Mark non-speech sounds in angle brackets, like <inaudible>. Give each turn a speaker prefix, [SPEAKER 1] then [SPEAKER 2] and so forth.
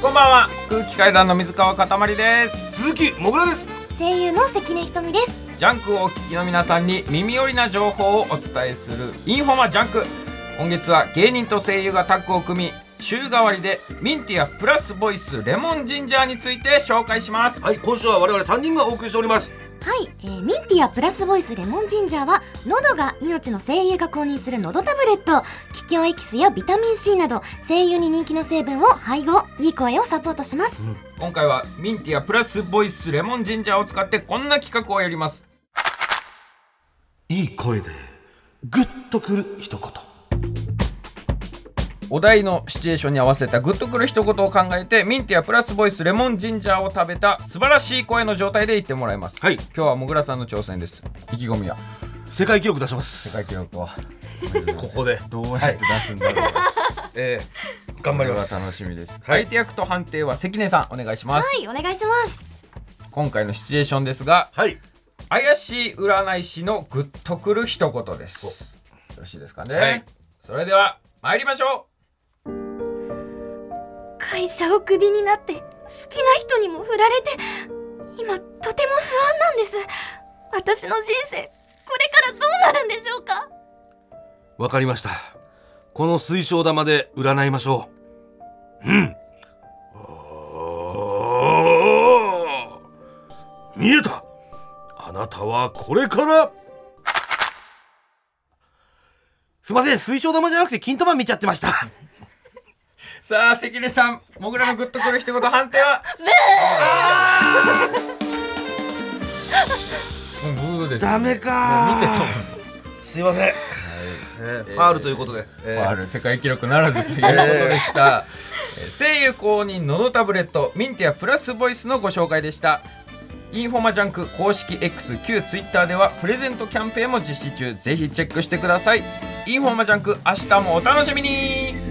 [SPEAKER 1] こんばんは空気階段の水川かたまりです
[SPEAKER 2] 鈴木もぐらです
[SPEAKER 3] 声優の関根ひとみです
[SPEAKER 1] ジャンクをお聞きの皆さんに耳寄りな情報をお伝えするインフォマジャンク今月は芸人と声優がタッグを組み週替わりでミンティアプラスボイスレモンジンジャーについて紹介します
[SPEAKER 2] はい今週は我々3人がお送りしております
[SPEAKER 3] はい、えーミンティアプラスボイスレモンジンジャーは喉が命の声優が公認する喉タブレット気境エキスやビタミン C など声優に人気の成分を配合いい声をサポートします
[SPEAKER 1] 今回はミンティアプラスボイスレモンジンジャーを使ってこんな企画をやります
[SPEAKER 2] いい声でグッとくる一言
[SPEAKER 1] お題のシチュエーションに合わせたグッとくる一言を考えてミンティアプラスボイスレモンジンジャーを食べた素晴らしい声の状態で言ってもらいます、
[SPEAKER 2] はい
[SPEAKER 1] 今日はもぐらさんの挑戦です意気込みは
[SPEAKER 2] 世界記録出します
[SPEAKER 1] 世界記録は
[SPEAKER 2] ここで、
[SPEAKER 1] <laughs> どうやって出すんだろう、
[SPEAKER 2] えー、頑張ります
[SPEAKER 1] これは楽しみです、
[SPEAKER 2] はい
[SPEAKER 1] 相手役と判定は関根さんお願いします、
[SPEAKER 3] はいお願いします
[SPEAKER 1] 今回のシチュエーションですが
[SPEAKER 2] はい
[SPEAKER 1] 怪しい占い師のグッとくる一言ですよろしいですかね、
[SPEAKER 2] はい
[SPEAKER 1] それでは参りましょ
[SPEAKER 3] 会社をクビになって好きな人にも振られて今とても不安なんです私の人生これからどうなるんでしょうか
[SPEAKER 2] わかりましたこの水晶玉で占いましょううんおー見えたあなたはこれからすいません水晶玉じゃなくて金玉見ちゃってました
[SPEAKER 1] うさあ関根さんもぐらのグッとくる一言判定は <laughs> ブーブーですね
[SPEAKER 2] ダメか
[SPEAKER 1] 見てた
[SPEAKER 2] すいません、えーファールということで、えー
[SPEAKER 1] ある世界記録ならずということでした、えー声優公認のどタブレットミンティアプラスボイスのご紹介でしたインフォマジャンク公式 X 旧 Twitter ではプレゼントキャンペーンも実施中ぜひチェックしてくださいインフォマジャンク明日もお楽しみに